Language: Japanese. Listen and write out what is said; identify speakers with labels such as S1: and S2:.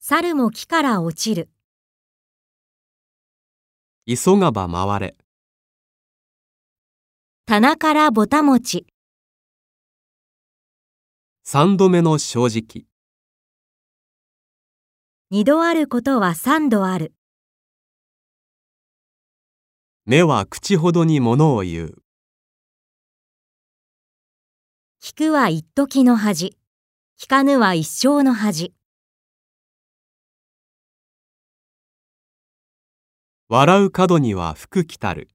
S1: 猿も木から落ちる。
S2: 急がば回れ、
S1: 棚からぼた餅。
S2: 三度目の正直、
S1: 二度あることは三度ある。
S2: 目は口ほどに物を言う、
S1: 聞くは一時の恥。聞かぬは一生の恥。
S2: 笑う角には福来たる。